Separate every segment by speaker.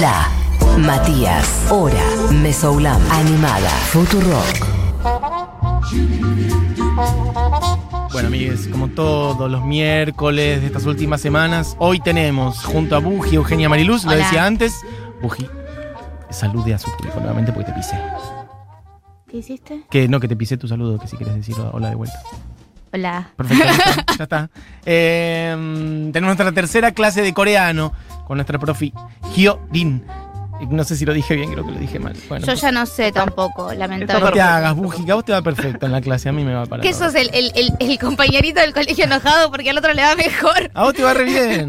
Speaker 1: La Matías, Hora, Mesoulam, Animada, Futurock.
Speaker 2: Bueno, amigues, como todos los miércoles de estas últimas semanas, hoy tenemos junto a Buji, Eugenia Mariluz, lo
Speaker 3: Hola.
Speaker 2: decía antes. Buji, salude a su público nuevamente porque te pisé.
Speaker 3: ¿Qué hiciste?
Speaker 2: Que no, que te pisé tu saludo, que si quieres decirlo, hola de vuelta.
Speaker 3: Hola.
Speaker 2: Perfecto, ya está. ya está. Eh, tenemos nuestra tercera clase de coreano con nuestra profi Hyo Rin. No sé si lo dije bien, creo que lo dije mal. Bueno, pues-
Speaker 3: Yo ya no sé tampoco,
Speaker 2: no te
Speaker 3: lamentablemente.
Speaker 2: hagas, Buji, que a vos te va perfecto en la clase, a mí me va para
Speaker 3: Que
Speaker 2: todo.
Speaker 3: sos el, el- el- el compañerito del colegio enojado porque al otro le va mejor.
Speaker 2: A vos te va re bien.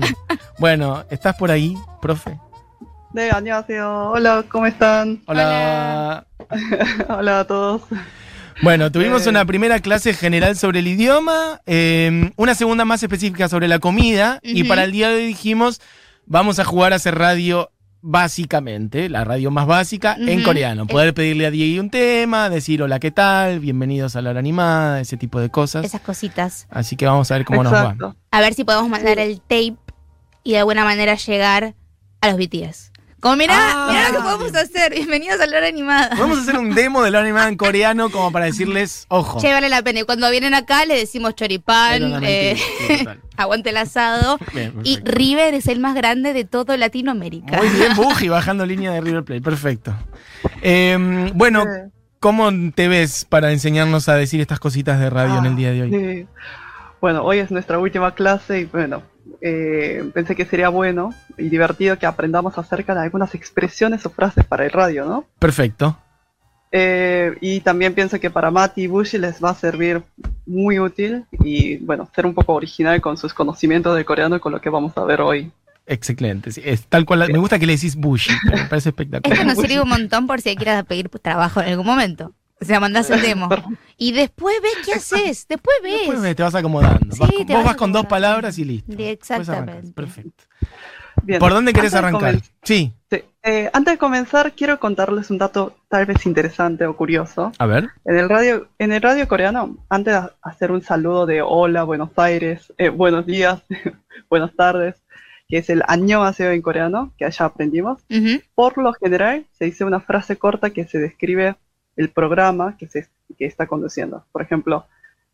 Speaker 2: Bueno, ¿estás por ahí, profe?
Speaker 4: 네, 안녕하세요. Hola, ¿cómo están?
Speaker 2: Hola.
Speaker 4: Hola a todos.
Speaker 2: Bueno, tuvimos
Speaker 4: Eh.
Speaker 2: una primera clase general sobre el idioma, eh, una segunda más específica sobre la comida, y
Speaker 3: Ujú.
Speaker 2: para el día de hoy dijimos, vamos a jugar a hacer radio básicamente, la radio más básica, en
Speaker 3: Ujú.
Speaker 2: coreano. Poder pedirle a Diego un tema, decir hola, ¿qué tal? Bienvenidos a la hora animada, ese tipo de cosas.
Speaker 3: Esas cositas.
Speaker 2: Así que vamos a ver cómo nos va.
Speaker 4: Exacto.
Speaker 3: A ver si podemos mandar el tape y de alguna manera llegar a los BTS. Como mirá,
Speaker 2: Ah.
Speaker 3: mirá lo que podemos hacer. Bienvenidos a la hora animada.
Speaker 2: Vamos a hacer un demo de la hora animada en coreano como para decirles, ojo.
Speaker 3: Che, vale la pena. Y cuando vienen acá les decimos
Speaker 2: Era una
Speaker 3: choripán, eh,
Speaker 2: mentira. Sí, total.
Speaker 3: aguante el asado.
Speaker 2: Bien,
Speaker 3: Y
Speaker 2: perfecto.
Speaker 3: River es el más grande de todo Latinoamérica.
Speaker 2: Muy bien, Buji, bajando línea de River Plate, perfecto. Eh, bueno,
Speaker 4: 네,
Speaker 2: ¿cómo te ves para enseñarnos a decir estas cositas de radio en el día de
Speaker 3: Ah,
Speaker 2: hoy?
Speaker 4: 네. Bueno, hoy es nuestra última clase y bueno, eh, pensé que sería bueno y divertido que aprendamos acerca de algunas expresiones o frases para el radio, ¿no?
Speaker 2: Perfecto.
Speaker 4: Eh, y también pienso que para Mati y Bushi les va a servir muy útil y bueno, ser un poco original con sus conocimientos de coreano con lo que vamos a ver hoy.
Speaker 2: Excelente. sí, es tal cual. la- me gusta que le decís Bushi. Me parece
Speaker 3: Esto
Speaker 2: espectacular.
Speaker 3: nos sirve un montón por si quieras pedir trabajo en algún momento. O sea, mandás el demo. Y después ves qué haces. Después ves.
Speaker 2: Después me- te vas acomodando.
Speaker 3: Sí,
Speaker 2: Vas-
Speaker 3: te
Speaker 2: vos vas,
Speaker 3: vas
Speaker 2: con dos
Speaker 3: acomodando.
Speaker 2: palabras y listo.
Speaker 3: De-
Speaker 2: Después arrancas,
Speaker 3: exactamente.
Speaker 2: Perfecto.
Speaker 4: Bien.
Speaker 2: ¿Por dónde querés
Speaker 4: Antes de
Speaker 2: arrancar?
Speaker 4: comen-
Speaker 2: Sí.
Speaker 4: sí, eh, antes de comenzar, quiero contarles un dato tal vez interesante o curioso.
Speaker 2: A ver.
Speaker 4: En el radio, en el radio coreano, antes de hacer un saludo de hola, Buenos Aires, eh, buenos días, buenas tardes, que es el año en coreano, que allá aprendimos,
Speaker 3: Ujú.
Speaker 4: por lo general se dice una frase corta que se describe el programa que se que está conduciendo. Por ejemplo,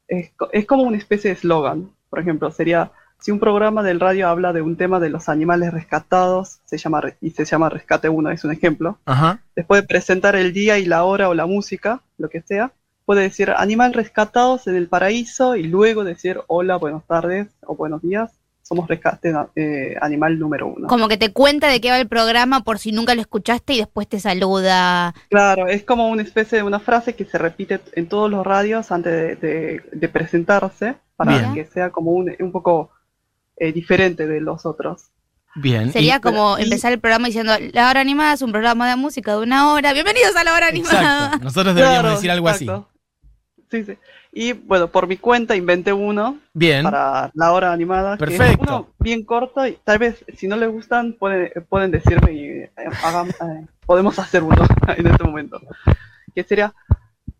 Speaker 4: es, co- es como una especie de eslogan. Por ejemplo, sería si un programa del radio habla de un tema de los animales rescatados, se llama re- y se llama Rescate 1, es un ejemplo
Speaker 2: Ajá.
Speaker 4: después de presentar el día y la hora o la música, lo que sea, puede decir animal rescatados en el paraíso y luego decir hola, buenas tardes o buenos días, somos rescate eh, animal número uno.
Speaker 3: Como que te cuenta de qué va el programa por si nunca lo escuchaste y después te saluda.
Speaker 4: Claro, es como una especie de una frase que se repite en todos los radios antes de, de- de presentarse para
Speaker 2: Bien.
Speaker 4: que sea como un, un poco eh, diferente de los otros.
Speaker 2: Bien.
Speaker 3: Sería
Speaker 2: y-
Speaker 3: como
Speaker 4: y-
Speaker 3: empezar el programa diciendo, la hora animada es un programa de música de una hora. Bienvenidos a la hora animada.
Speaker 2: Exacto. Nosotros deberíamos
Speaker 4: Claro,
Speaker 2: decir algo así.
Speaker 4: exacto. Sí, sí. Y bueno, por mi cuenta inventé uno
Speaker 2: Bien.
Speaker 4: para la hora animada. que es
Speaker 2: Perfecto.
Speaker 4: uno bien corto y tal vez si no les gustan pueden, pueden decirme y eh, hagam- eh, podemos hacer uno en este momento. Que sería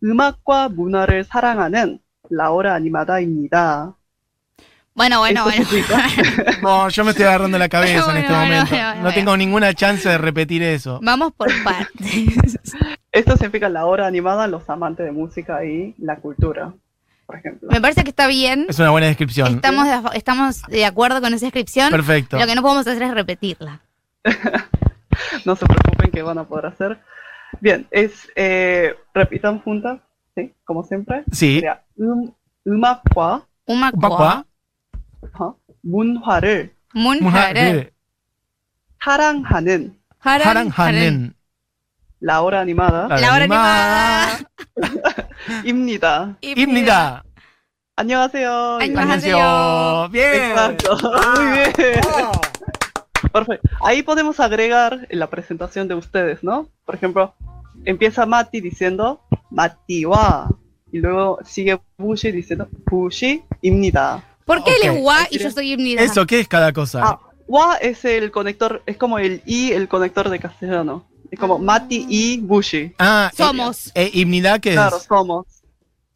Speaker 4: 음악과 문화를 사랑하는 la hora animada입니다.
Speaker 3: Bueno, bueno, bueno.
Speaker 4: Esto significa-
Speaker 2: No, yo me estoy agarrando la cabeza en
Speaker 3: Bueno,
Speaker 2: este
Speaker 3: bueno,
Speaker 2: momento.
Speaker 3: bueno, bueno, Mm.
Speaker 2: no tengo ninguna chance de repetir eso.
Speaker 3: Vamos por partes.
Speaker 4: Esto significa la hora animada, los amantes de música y la cultura, por ejemplo.
Speaker 3: Me parece que está bien.
Speaker 2: Es una buena descripción.
Speaker 3: Estamos de, estamos de acuerdo con esa descripción.
Speaker 2: Perfecto.
Speaker 3: Lo que no podemos hacer es repetirla.
Speaker 4: No se preocupen que van a poder hacer. Bien, es eh, repitan juntas, ¿sí? Como siempre.
Speaker 2: Sí.
Speaker 4: Sería "Um, 음, 음악과
Speaker 3: Uma
Speaker 2: Papá.
Speaker 4: 어? 문화를
Speaker 3: Moon Haren.
Speaker 2: Mujer.
Speaker 4: 사랑하는
Speaker 3: Haren,
Speaker 2: Haran
Speaker 3: Haren.
Speaker 2: Hanen.
Speaker 4: 라오라
Speaker 2: La
Speaker 4: 아니마다입니다.
Speaker 3: La hora animada.
Speaker 2: Imnida.
Speaker 4: 안녕하세요.
Speaker 3: 안녕하세요.
Speaker 2: Bien.
Speaker 4: Exacto. Muy bien. Perfecto. Ahí podemos agregar en la presentación de ustedes, ¿no? Por ejemplo, empieza Mati diciendo Matiwa y luego sigue Bushi diciendo Bushi-입니다.
Speaker 3: ¿Por qué él
Speaker 2: Ok.
Speaker 3: es gua y yo soy himnida?
Speaker 2: Eso, ¿qué es cada cosa?
Speaker 4: Ah, wa es el conector, es como el i, el conector de Ah. castellano. Es como Mati y Bushi.
Speaker 2: Ah,
Speaker 3: Somos.
Speaker 2: E, e- Imnida, ¿qué es?
Speaker 4: Claro, somos.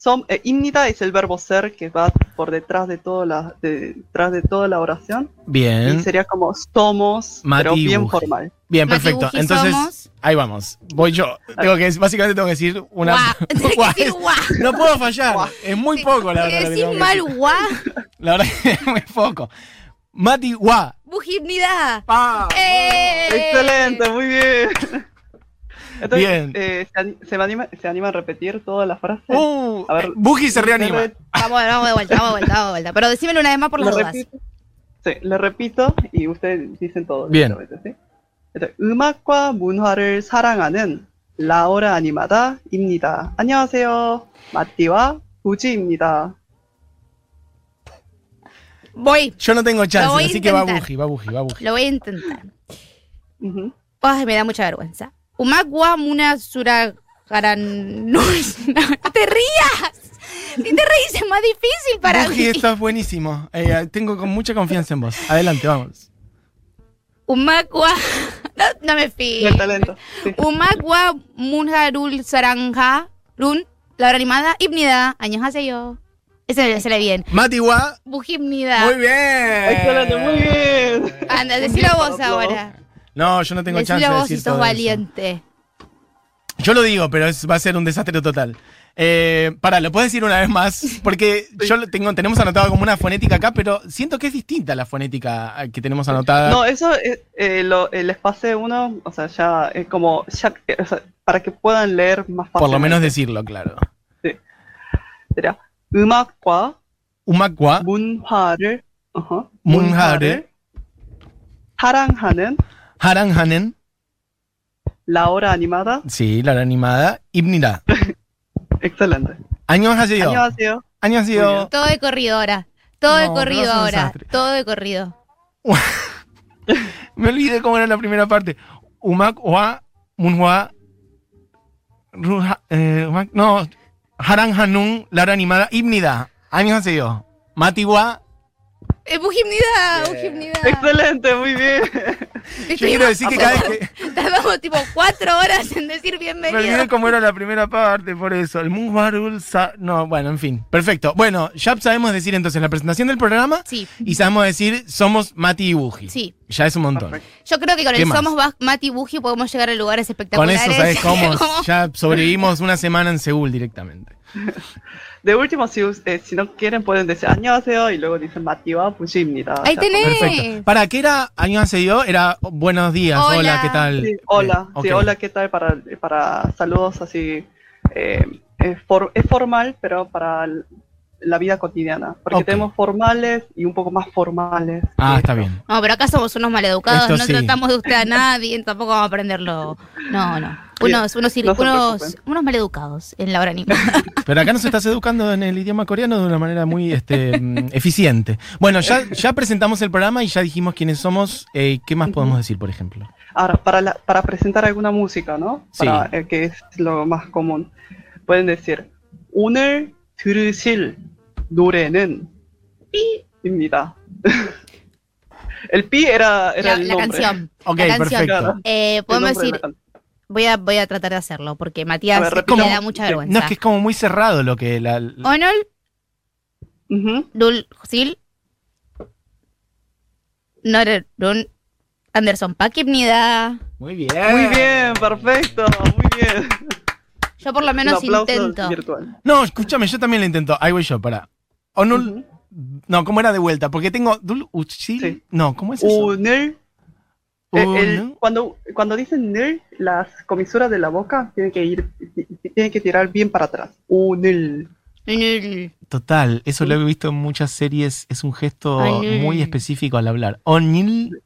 Speaker 4: Som, eh, ímnita es el verbo ser que va por detrás de toda la, de- detrás de toda la oración. Y
Speaker 2: Bien.
Speaker 4: sería como somos, pero
Speaker 2: Matibuji.
Speaker 4: bien formal.
Speaker 2: Bien,
Speaker 3: Mati
Speaker 2: perfecto.
Speaker 3: Buji
Speaker 2: Entonces,
Speaker 3: somos.
Speaker 2: ahí vamos. Voy yo. Tengo que, básicamente tengo que decir una.
Speaker 3: Guau. Tenés que
Speaker 2: Guau,
Speaker 3: decir
Speaker 2: es-
Speaker 3: guau.
Speaker 2: No puedo fallar. Es muy poco, la verdad.
Speaker 3: Si
Speaker 2: lo que
Speaker 3: decís
Speaker 2: tengo que
Speaker 3: mal
Speaker 2: decir.
Speaker 3: guau,
Speaker 2: La verdad que es muy poco. Mati, guá.
Speaker 3: bujimnidad.
Speaker 2: Pa.
Speaker 3: ¡Eh!
Speaker 4: Excelente, muy bien. Entonces,
Speaker 2: Bien.
Speaker 4: eh, ¿se, an- se me anima, ¿se anima a repetir toda la frase?
Speaker 2: Uh,
Speaker 4: A ver.
Speaker 2: Buji se reanima.
Speaker 4: Le
Speaker 3: Vamos, vamos de vuelta, vamos de vuelta, vamos de vuelta. Pero decímelo una vez más por las
Speaker 4: Lo
Speaker 3: dudas.
Speaker 4: repito. Sí, le repito y ustedes dicen todo.
Speaker 2: Bien.
Speaker 4: directamente, ¿sí? Entonces, 음악과 문화를 사랑하는 라오라 아니마다입니다. 안녕하세요. 마띠와 부지입니다.
Speaker 3: Voy,
Speaker 2: Yo no tengo
Speaker 3: Lo voy
Speaker 2: chance,
Speaker 3: a
Speaker 2: así que va
Speaker 3: intentar.
Speaker 2: Buji, va Buji, va Buji.
Speaker 3: lo voy a intentar.
Speaker 4: Ujú.
Speaker 3: Ay, me da mucha vergüenza. Umakwa munasura garan. No, no te rías. Si te reís es más difícil para
Speaker 2: Buji,
Speaker 3: mí.
Speaker 2: estás buenísimo. Eh, tengo con mucha confianza en vos. Adelante, vamos.
Speaker 3: Umakwa. No, no me fío.
Speaker 4: El talento. sí.
Speaker 3: Umakwa munharul saranja run. La hora animada. Ibnida. Años hace yo. Ese me lo sale bien.
Speaker 2: Mati, guá. Muy
Speaker 3: Bujibnida.
Speaker 2: bien.
Speaker 4: Excelente, muy bien.
Speaker 3: Anda, decilo vos
Speaker 4: Aplausos.
Speaker 3: ahora.
Speaker 2: No, yo no tengo chance
Speaker 3: Decilo
Speaker 2: de
Speaker 3: vos
Speaker 2: decir
Speaker 3: si
Speaker 2: todo
Speaker 3: sos
Speaker 2: eso.
Speaker 3: valiente.
Speaker 2: Yo lo digo, pero es- va a ser un desastre total. Eh, para, lo puedes decir una vez más, porque yo lo tengo, tenemos anotado como una fonética acá, pero siento que es distinta la fonética eh, que tenemos anotada.
Speaker 4: No, eso es eh, lo, el espacio 1, o sea, ya es como ya, eh, o sea, para que puedan leer más fácil.
Speaker 2: por lo menos decirlo, claro.
Speaker 4: sería 음악과
Speaker 2: Umakwa,
Speaker 4: 문화를 어허,
Speaker 2: 문화를
Speaker 4: 사랑하는
Speaker 2: Haranhanen,
Speaker 4: 라오라 아니마다
Speaker 2: sí, la hora animada, Ibnira.
Speaker 4: excelente.
Speaker 2: Años Haseo.
Speaker 4: 안녕하세요.
Speaker 2: Años Haseo.
Speaker 3: Todo de corrido ahora. Todo de
Speaker 2: No,
Speaker 3: corrido
Speaker 2: vas a un
Speaker 3: ahora.
Speaker 2: desastre.
Speaker 3: Todo de corrido.
Speaker 2: Me olvidé cómo era la primera parte. Umakwa, Munhua, Ruha- eh, Umak- no, Haranhanun, la hora animada, Ibnida. Años Haseo. Matiwa,
Speaker 3: Es bujimnidad, bujimnidad.
Speaker 4: Excelente, muy bien.
Speaker 3: Te
Speaker 2: yo
Speaker 3: estoy-
Speaker 2: quiero decir que cada vez que.
Speaker 3: Tardamos tipo cuatro horas en decir
Speaker 2: Me olvidé
Speaker 3: bienvenido.
Speaker 2: cómo era la primera parte, por eso. El Mungwarul sa- No, bueno, en fin. Perfecto. Bueno, ya sabemos decir entonces la presentación del programa
Speaker 3: Sí,
Speaker 2: y sabemos decir somos Mati y Buji.
Speaker 3: sí.
Speaker 2: Ya es un montón.
Speaker 4: Perfecto.
Speaker 3: Yo creo que con
Speaker 2: ¿Qué
Speaker 3: el
Speaker 2: más?
Speaker 3: Somos Bas- Mati Buji podemos llegar a lugares
Speaker 2: Con
Speaker 3: espectaculares.
Speaker 2: eso, ¿sabes cómo?
Speaker 3: Como-
Speaker 2: Ya sobrevivimos una semana en Seúl directamente.
Speaker 4: De último, si, us- eh, si no quieren pueden decir 안녕하세요 y luego dicen 마티와 부지입니다.
Speaker 3: Ahí
Speaker 4: O sea,
Speaker 3: tenés.
Speaker 2: Perfecto. ¿Para qué era año yo? Era buenos días, hola,
Speaker 3: Hola.
Speaker 2: ¿qué tal?
Speaker 4: sí, hola,
Speaker 2: Eh, ok.
Speaker 4: sí, hola, ¿qué tal? Para, para saludos así. eh, es, for- es formal, pero para l- la vida cotidiana. Porque
Speaker 2: Ok.
Speaker 4: tenemos formales y un poco más formales.
Speaker 2: Ah,
Speaker 4: Sí.
Speaker 2: está bien.
Speaker 3: No, pero acá somos unos maleducados,
Speaker 2: Esto
Speaker 3: no
Speaker 2: sí.
Speaker 3: tratamos de usted a nadie, tampoco vamos a aprenderlo. No, no. Unos, unos,
Speaker 4: no se
Speaker 3: unos,
Speaker 4: preocupen.
Speaker 3: unos maleducados en la hora ni
Speaker 2: Pero acá nos estás educando en el idioma coreano de una manera muy este, mm, eficiente. Bueno, ya, ya presentamos el programa y ya dijimos quiénes somos. Eh, ¿Qué más podemos decir, por ejemplo?
Speaker 4: Ahora, para, la- para presentar alguna música, ¿no?
Speaker 2: Sí.
Speaker 4: Para, eh, que es lo más común. Pueden decir, 오늘 들으실 노래는 삐입니다. el pi era,
Speaker 3: La,
Speaker 4: era el
Speaker 3: la
Speaker 4: nombre.
Speaker 3: canción.
Speaker 2: Ok,
Speaker 3: la canción.
Speaker 2: perfecto.
Speaker 4: Claro.
Speaker 3: Eh,
Speaker 4: El nombre
Speaker 3: podemos
Speaker 4: de la
Speaker 3: decir,
Speaker 4: canción.
Speaker 3: voy a, voy a tratar de hacerlo, porque Matías
Speaker 4: A ver,
Speaker 3: le
Speaker 4: repitamos.
Speaker 3: da mucha
Speaker 4: Sí. No,
Speaker 2: No,
Speaker 3: vergüenza.
Speaker 2: es que es como muy cerrado lo que la. la-
Speaker 3: Onol,
Speaker 4: Ujú.
Speaker 3: Dulcil, Norerun, Anderson Pakibnida.
Speaker 2: Muy bien.
Speaker 4: Muy bien, perfecto, muy bien.
Speaker 3: Yo por lo
Speaker 4: Un
Speaker 3: menos
Speaker 4: aplauso
Speaker 3: intento.
Speaker 4: virtual.
Speaker 2: No, escúchame, yo también lo intento. Ahí voy yo, pará. O no,
Speaker 4: Ujú.
Speaker 2: no, ¿cómo era de vuelta? Porque tengo. dul- uchil-
Speaker 4: Sí.
Speaker 2: No, ¿cómo es eso?
Speaker 4: 오늘 Eh,
Speaker 2: Uh,
Speaker 4: el-
Speaker 2: no.
Speaker 4: cuando, cuando dicen nil, las comisuras de la boca tienen que ir, tienen que tirar bien para atrás. Unil.
Speaker 3: Nul.
Speaker 2: Total, eso lo he visto en muchas series. Es un gesto
Speaker 3: Onil.
Speaker 2: muy específico al hablar. Onil.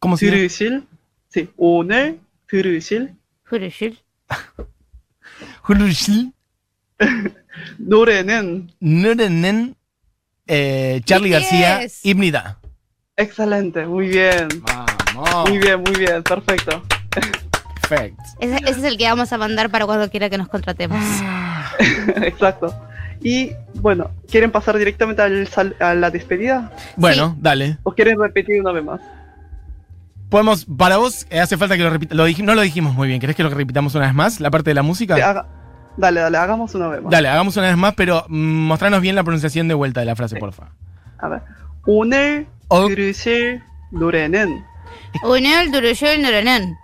Speaker 2: ¿Cómo se llama?
Speaker 4: 들으실, sí, 오늘 들으실
Speaker 3: Hurushul.
Speaker 2: Hulushil
Speaker 4: 노래는
Speaker 2: Nurenen, eh, Charlie
Speaker 3: Yes.
Speaker 2: García, Ibnida.
Speaker 4: excelente, muy bien,
Speaker 2: Vamos.
Speaker 4: muy bien, muy bien, perfecto.
Speaker 2: Perfecto.
Speaker 3: Ese, ese es el que vamos a mandar para cuando quiera que nos contratemos.
Speaker 2: Ah.
Speaker 4: Exacto. Y bueno, ¿quieren pasar directamente al sal- a la despedida?
Speaker 2: Bueno, dale.
Speaker 4: ¿O quieren repetir una vez más?
Speaker 2: Podemos,
Speaker 4: ah.
Speaker 2: para vos, eh, hace falta que lo repita. Lo dij- no lo dijimos muy bien. ¿Querés que lo repitamos una vez más? La parte de la música.
Speaker 4: Haga- Dale, dale, hagamos una vez más.
Speaker 2: Dale, hagamos una vez más, pero mm, mostranos bien la pronunciación de vuelta de la frase,
Speaker 4: Sí.
Speaker 2: porfa.
Speaker 4: A ver. 오늘
Speaker 2: 어.
Speaker 4: 들으실 노래는
Speaker 3: Unel Durushel Noranen.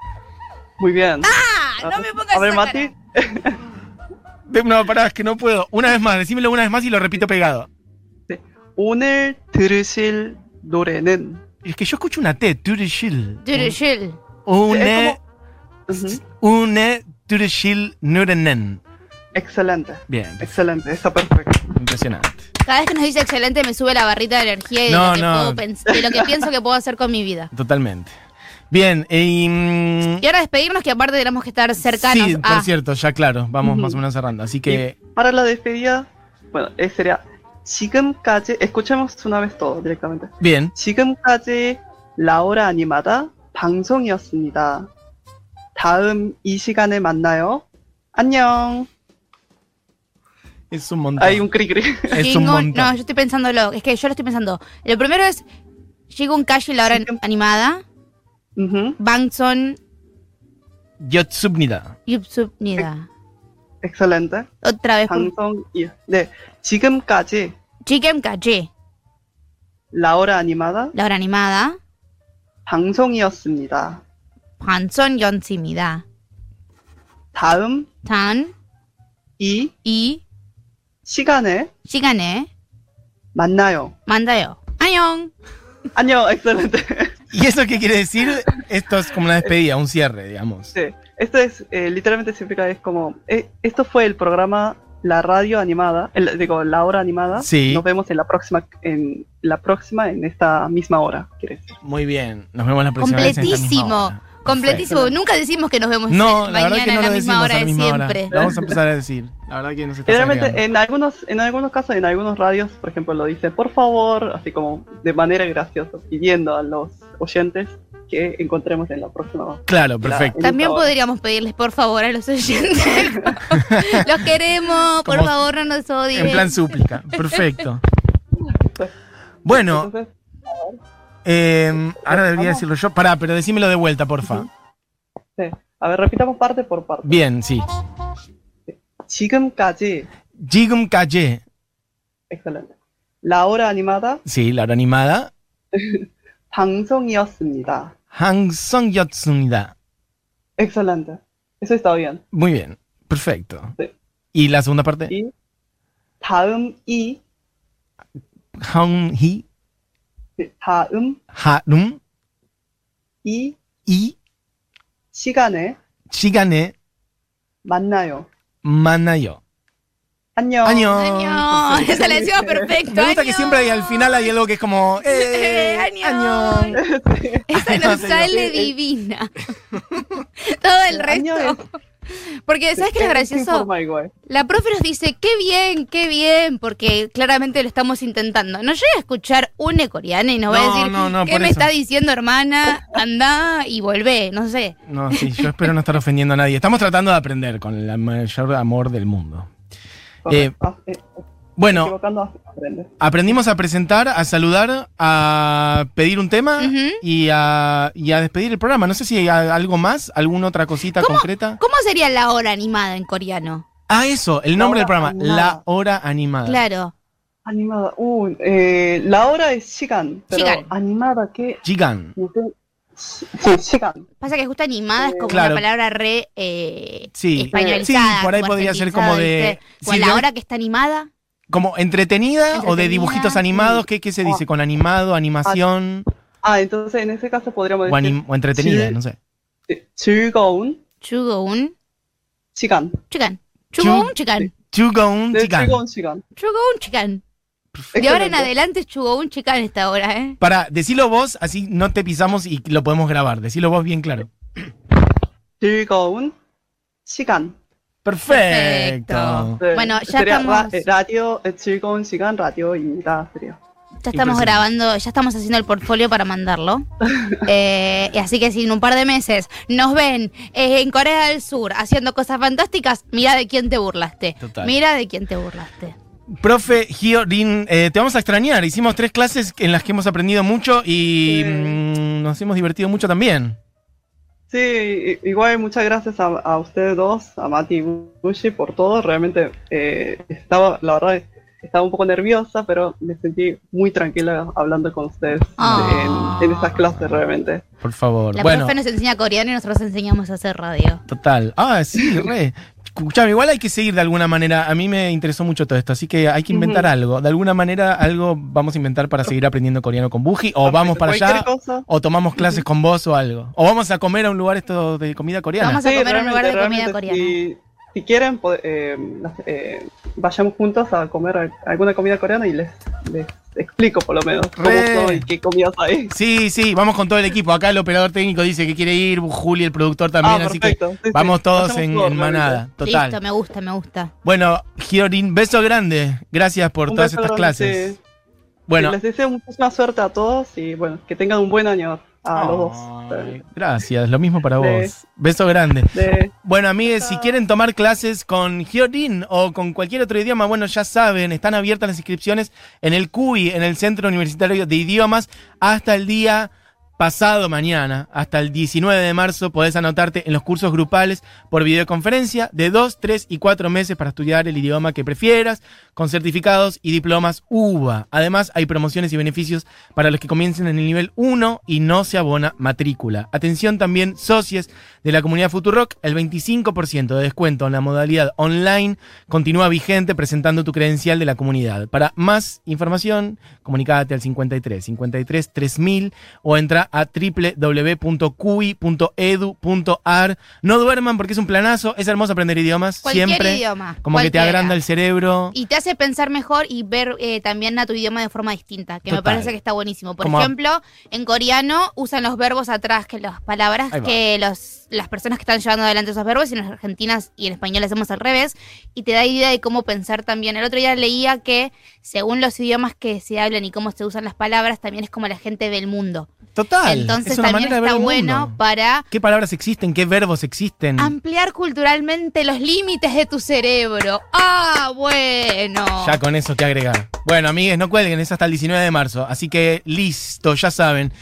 Speaker 4: muy bien.
Speaker 3: Ah, no me pongas
Speaker 4: A ver,
Speaker 3: esa
Speaker 4: Mati.
Speaker 3: cara.
Speaker 2: De- No, pará, es que no puedo. Una vez más, decímelo una vez más y lo repito pegado.
Speaker 4: 오늘 들으실 노래는
Speaker 2: Es que yo escucho una T, Turishil.
Speaker 3: Durushel.
Speaker 2: Une,
Speaker 4: Ujú.
Speaker 2: une, Turishil, Nurenen.
Speaker 4: Excelente.
Speaker 2: Bien,
Speaker 4: Excelente, está perfecto.
Speaker 2: impresionante.
Speaker 3: Cada vez que nos dice excelente me sube la barrita de energía y de,
Speaker 2: No,
Speaker 3: lo que
Speaker 2: no.
Speaker 3: puedo pens- de lo que pienso que puedo hacer con mi vida.
Speaker 2: Totalmente. Bien, y. mm,
Speaker 3: Y ahora despedirnos que aparte tenemos que estar cercanos
Speaker 2: Sí,
Speaker 3: a...
Speaker 2: por cierto, ya claro, vamos
Speaker 4: Ujú.
Speaker 2: más o menos cerrando. Así que.
Speaker 4: Para la despedida, bueno, eh, sería 지금까지 escuchemos una vez todo directamente.
Speaker 2: Bien.
Speaker 4: 지금까지 라오라 아니마다 방송이었습니다. 다음 이 시간에 만나요. 안녕.
Speaker 2: Es un montón.
Speaker 4: Hay un cri cri.
Speaker 2: Es un
Speaker 3: Shingon-
Speaker 2: montón.
Speaker 3: no, yo estoy pensándolo, es que yo lo estoy pensando. Lo primero es Shigun Kashi, la hora
Speaker 4: Shingon-
Speaker 3: animada,
Speaker 4: Ujú,
Speaker 3: Bangson,
Speaker 2: Yotsubnida.
Speaker 3: Yupsup Nida.
Speaker 4: Excelente.
Speaker 3: Otra vez, por-
Speaker 4: 방송이 네 지금까지
Speaker 3: Chicken Kachi,
Speaker 4: 라오라 아니마다
Speaker 3: la hora animada,
Speaker 4: 방송이었습니다.
Speaker 3: Hanson Yonsimida,
Speaker 4: 다음
Speaker 3: Tan
Speaker 4: 이
Speaker 3: y
Speaker 4: 시간에
Speaker 3: Shigane,
Speaker 4: 만나요.
Speaker 3: Mandayo. Ayon.
Speaker 4: 안녕. Excelente.
Speaker 2: ¿Y eso qué quiere decir? Esto es como una despedida, un cierre, digamos.
Speaker 4: Sí, esto es eh, literalmente significa es como eh, esto fue el programa la radio animada, el- digo la hora animada.
Speaker 2: Sí.
Speaker 4: Nos vemos en la próxima en la próxima en esta misma hora. ¿quieres?
Speaker 2: Muy bien. Nos vemos la próxima vez. en esta misma
Speaker 3: Completísimo,
Speaker 2: hora.
Speaker 3: Completísimo,
Speaker 4: Perfecto.
Speaker 3: nunca decimos que nos vemos
Speaker 2: No, la
Speaker 3: mañana
Speaker 2: verdad que no
Speaker 3: a la
Speaker 2: lo
Speaker 3: misma
Speaker 2: decimos
Speaker 3: hora
Speaker 2: a la
Speaker 3: de
Speaker 2: misma hora.
Speaker 3: siempre.
Speaker 2: Lo vamos a empezar a decir. La verdad que nos está
Speaker 4: Generalmente en algunos en algunos casos en algunos radios, por ejemplo, lo dice por favor, así como de manera graciosa, pidiendo a los oyentes que encontremos en la próxima hora.
Speaker 2: Claro, perfecto.
Speaker 3: También
Speaker 4: Por favor.
Speaker 3: podríamos pedirles por favor a los oyentes. los queremos, por
Speaker 2: Como-
Speaker 3: favor, no nos odien.
Speaker 2: En plan súplica. Perfecto. Bueno,
Speaker 4: Entonces,
Speaker 2: eh, ahora debería decirlo yo. Pará, pero decímelo de vuelta, porfa.
Speaker 4: sí. a ver, repitamos parte por parte.
Speaker 2: Bien, sí.
Speaker 4: 지금까지
Speaker 2: Jigum Kaye.
Speaker 4: excelente. La hora animada
Speaker 2: Sí, la hora animada.
Speaker 4: 방송이었습니다.
Speaker 2: Hang Song Yotsunida.
Speaker 4: Excelente. Eso está bien.
Speaker 2: Muy bien. Perfecto.
Speaker 4: Sí.
Speaker 2: ¿Y la segunda parte?
Speaker 4: 이 다음 이
Speaker 2: Hong Hi
Speaker 4: 다음
Speaker 2: Harum
Speaker 4: 이
Speaker 2: I
Speaker 4: 시간에
Speaker 2: Shigane
Speaker 4: 만나요.
Speaker 2: Manayo.
Speaker 4: 안녕.
Speaker 2: Año.
Speaker 3: Añón, esa la decimos perfecto.
Speaker 2: Me gusta que
Speaker 3: añón.
Speaker 2: siempre hay- al final hay algo que es como. ¡Eh!
Speaker 3: Eh, añón.
Speaker 2: añón.
Speaker 3: Esa
Speaker 2: No,
Speaker 3: nos
Speaker 2: señor.
Speaker 3: sale
Speaker 4: Eh, eh.
Speaker 3: divina. Todo el
Speaker 4: Añón
Speaker 3: resto. Porque, ¿sabes qué es lo
Speaker 4: Es
Speaker 3: gracioso?
Speaker 4: informa igual.
Speaker 3: La profe nos dice, qué bien, qué bien, porque claramente lo estamos intentando. No llega a escuchar une coreana y nos va a
Speaker 2: No,
Speaker 3: decir,
Speaker 2: no, no,
Speaker 3: ¿qué
Speaker 2: por
Speaker 3: me
Speaker 2: eso.
Speaker 3: está diciendo, hermana? Andá y volvé, no sé.
Speaker 2: No, sí, yo espero no estar ofendiendo a nadie. Estamos tratando de aprender con el mayor amor del mundo. Eh,
Speaker 4: Correcto. Ah, eh,
Speaker 2: Bueno,
Speaker 4: equivocando aprende.
Speaker 2: aprendimos a presentar, a saludar, a pedir un tema
Speaker 3: Ujú.
Speaker 2: y, a, y a despedir el programa. No sé si hay a- algo más, alguna otra cosita concreta.
Speaker 3: ¿Cómo sería la hora animada en coreano?
Speaker 2: Ah, eso, el
Speaker 4: La
Speaker 2: nombre del
Speaker 4: hora
Speaker 2: programa,
Speaker 4: animada.
Speaker 2: La Hora Animada.
Speaker 3: Claro.
Speaker 4: Animada. Uh, eh, la hora es 시간. Pero
Speaker 3: 시간.
Speaker 4: animada que
Speaker 2: Gigan.
Speaker 4: no sé. Sí, 시간.
Speaker 3: Pasa que justo animada es como
Speaker 2: Claro.
Speaker 3: una palabra re eh,
Speaker 2: Sí.
Speaker 3: españolizada.
Speaker 2: Sí, por ahí
Speaker 3: como
Speaker 2: podría ser como
Speaker 3: argentinizada,
Speaker 2: de-
Speaker 3: ¿viste? Con
Speaker 2: sí,
Speaker 3: la
Speaker 2: yo-
Speaker 3: hora que está animada.
Speaker 2: Como entretenida, o de
Speaker 3: Entretenida,
Speaker 2: dibujitos
Speaker 3: sí. Oh.
Speaker 2: animados, ¿qué, qué se dice? ¿Con animado, animación
Speaker 4: Ah, entonces en ese caso podríamos
Speaker 2: o,
Speaker 4: decir
Speaker 2: anim- o entretenida?
Speaker 4: Sí.
Speaker 2: No sé.
Speaker 4: eh, 즐거운
Speaker 3: Chugoun.
Speaker 4: 시간.
Speaker 3: Chican.
Speaker 2: Chu-
Speaker 3: Chugoun, chican.
Speaker 2: Chugoun
Speaker 4: 네,
Speaker 2: Gigan.
Speaker 4: 즐거운 시간.
Speaker 3: Chugoun, chican. De ahora en
Speaker 4: Excelente.
Speaker 3: adelante es Chugoun, chican esta hora, ¿eh?
Speaker 2: Para, decilo vos, así no te pisamos y lo podemos grabar. Decilo vos bien claro.
Speaker 4: 즐거운 시간.
Speaker 2: Perfecto.
Speaker 3: Perfecto.
Speaker 4: 네,
Speaker 3: Bueno, ya
Speaker 4: sería
Speaker 3: estamos-
Speaker 4: ra- eh, radio, eh, 즐거운 시간 라디오입니다. sería.
Speaker 3: Ya estamos
Speaker 2: Impresionante.
Speaker 3: grabando, ya estamos haciendo el portfolio para mandarlo. Eh, y así que si en un par de meses nos ven eh, en Corea del Sur haciendo cosas fantásticas, mira de quién te burlaste.
Speaker 2: Total.
Speaker 3: Mira de quién te burlaste.
Speaker 2: Profe Giorin, eh, te vamos a extrañar. Hicimos tres clases en las que hemos aprendido mucho y
Speaker 4: Sí.
Speaker 2: mm, nos hemos divertido mucho también.
Speaker 4: Sí, i- igual muchas gracias a, a ustedes dos, a Mati y Bushi por todo. Realmente eh, estaba, la verdad, estaba un poco nerviosa, pero me sentí muy tranquila hablando con ustedes
Speaker 3: Ah.
Speaker 4: en, en esas clases realmente.
Speaker 2: Por favor.
Speaker 3: La
Speaker 2: bueno,
Speaker 3: profe nos enseña coreano y nosotros enseñamos a hacer radio.
Speaker 2: total. Ah, sí, re. Escuchame, igual hay que seguir de alguna manera. A mí me interesó mucho todo esto, así que hay que inventar
Speaker 4: Ujú.
Speaker 2: algo. De alguna manera, algo vamos a inventar para seguir aprendiendo coreano con Buji, o vamos para
Speaker 4: Cualquier
Speaker 2: allá,
Speaker 4: cosa.
Speaker 2: o tomamos clases con vos o algo. O vamos a comer a un lugar esto de comida coreana.
Speaker 3: Vamos a
Speaker 4: Sí,
Speaker 3: comer en un lugar de
Speaker 4: realmente,
Speaker 3: comida
Speaker 4: realmente,
Speaker 3: coreana.
Speaker 4: Si, si quieren, pod- eh, las- eh, vayamos juntos a comer al- alguna comida coreana y les, les explico por lo menos cómo
Speaker 2: Re.
Speaker 4: son y qué comidas hay.
Speaker 2: Sí, sí, vamos con todo el equipo. Acá el operador técnico dice que quiere ir, Juli, el productor también,
Speaker 4: Ah,
Speaker 2: así que
Speaker 4: perfecto. Sí, sí.
Speaker 2: vamos todos
Speaker 4: Hacemos
Speaker 2: en,
Speaker 4: todo,
Speaker 2: en
Speaker 4: realmente.
Speaker 2: manada. Total.
Speaker 3: Listo, me gusta, me gusta.
Speaker 2: Bueno, Hiorin, beso grande. Gracias por
Speaker 4: Un
Speaker 2: todas
Speaker 4: beso
Speaker 2: estas
Speaker 4: grande,
Speaker 2: clases.
Speaker 4: sí.
Speaker 2: Bueno,
Speaker 4: Les deseo muchísima suerte a todos y bueno, que tengan un buen año a
Speaker 2: Ay,
Speaker 4: los dos. también.
Speaker 2: Gracias, lo mismo para
Speaker 4: Sí.
Speaker 2: vos. Beso grande.
Speaker 4: De-
Speaker 2: Bueno, amigues, si quieren tomar clases con Hyorin o con cualquier otro idioma, bueno, ya saben, están abiertas las inscripciones en el CUI, en el Centro Universitario de Idiomas, hasta el día pasado mañana, hasta el 19 de marzo, podés anotarte en los cursos grupales por videoconferencia de 2, 3 y 4 meses para estudiar el idioma que prefieras, con certificados y diplomas UBA. Además, hay promociones y beneficios para los que comiencen en el nivel 1 y no se abona matrícula. Atención también, socios de la comunidad Futurock, el 25% de descuento en la modalidad online continúa vigente presentando tu credencial de la comunidad. Para más información, comunícate al 53 53 3000 o entra a www.cui.edu.ar. No duerman porque es un planazo, es hermoso aprender idiomas
Speaker 3: Cualquier
Speaker 2: siempre.
Speaker 3: idioma.
Speaker 2: Como que te
Speaker 3: cualquiera.
Speaker 2: agranda el cerebro.
Speaker 3: Y te hace pensar mejor y ver eh, también a tu idioma de forma distinta, que me
Speaker 2: Total.
Speaker 3: parece que está buenísimo. Por
Speaker 2: Como a-
Speaker 3: ejemplo, en coreano usan los verbos atrás, que las palabras
Speaker 2: Ahí va.
Speaker 3: que los, las personas que están llevando adelante esos verbos, y en argentinas y en español hacemos al revés, y te da idea de cómo pensar también. El otro día leía que según los idiomas que se hablan y cómo se usan las palabras, también es como la gente ve el mundo.
Speaker 2: Total.
Speaker 3: Entonces
Speaker 2: es una
Speaker 3: también
Speaker 2: manera de ver
Speaker 3: está
Speaker 2: el
Speaker 3: bueno
Speaker 2: mundo. Mm.
Speaker 3: para
Speaker 2: ¿Qué palabras existen? ¿Qué verbos existen?
Speaker 3: ampliar culturalmente los límites de tu cerebro. Ah, bueno.
Speaker 2: Ya con eso que agregar. Bueno, amigues, no cuelguen, es hasta el 19 de marzo. Así que listo, ya saben.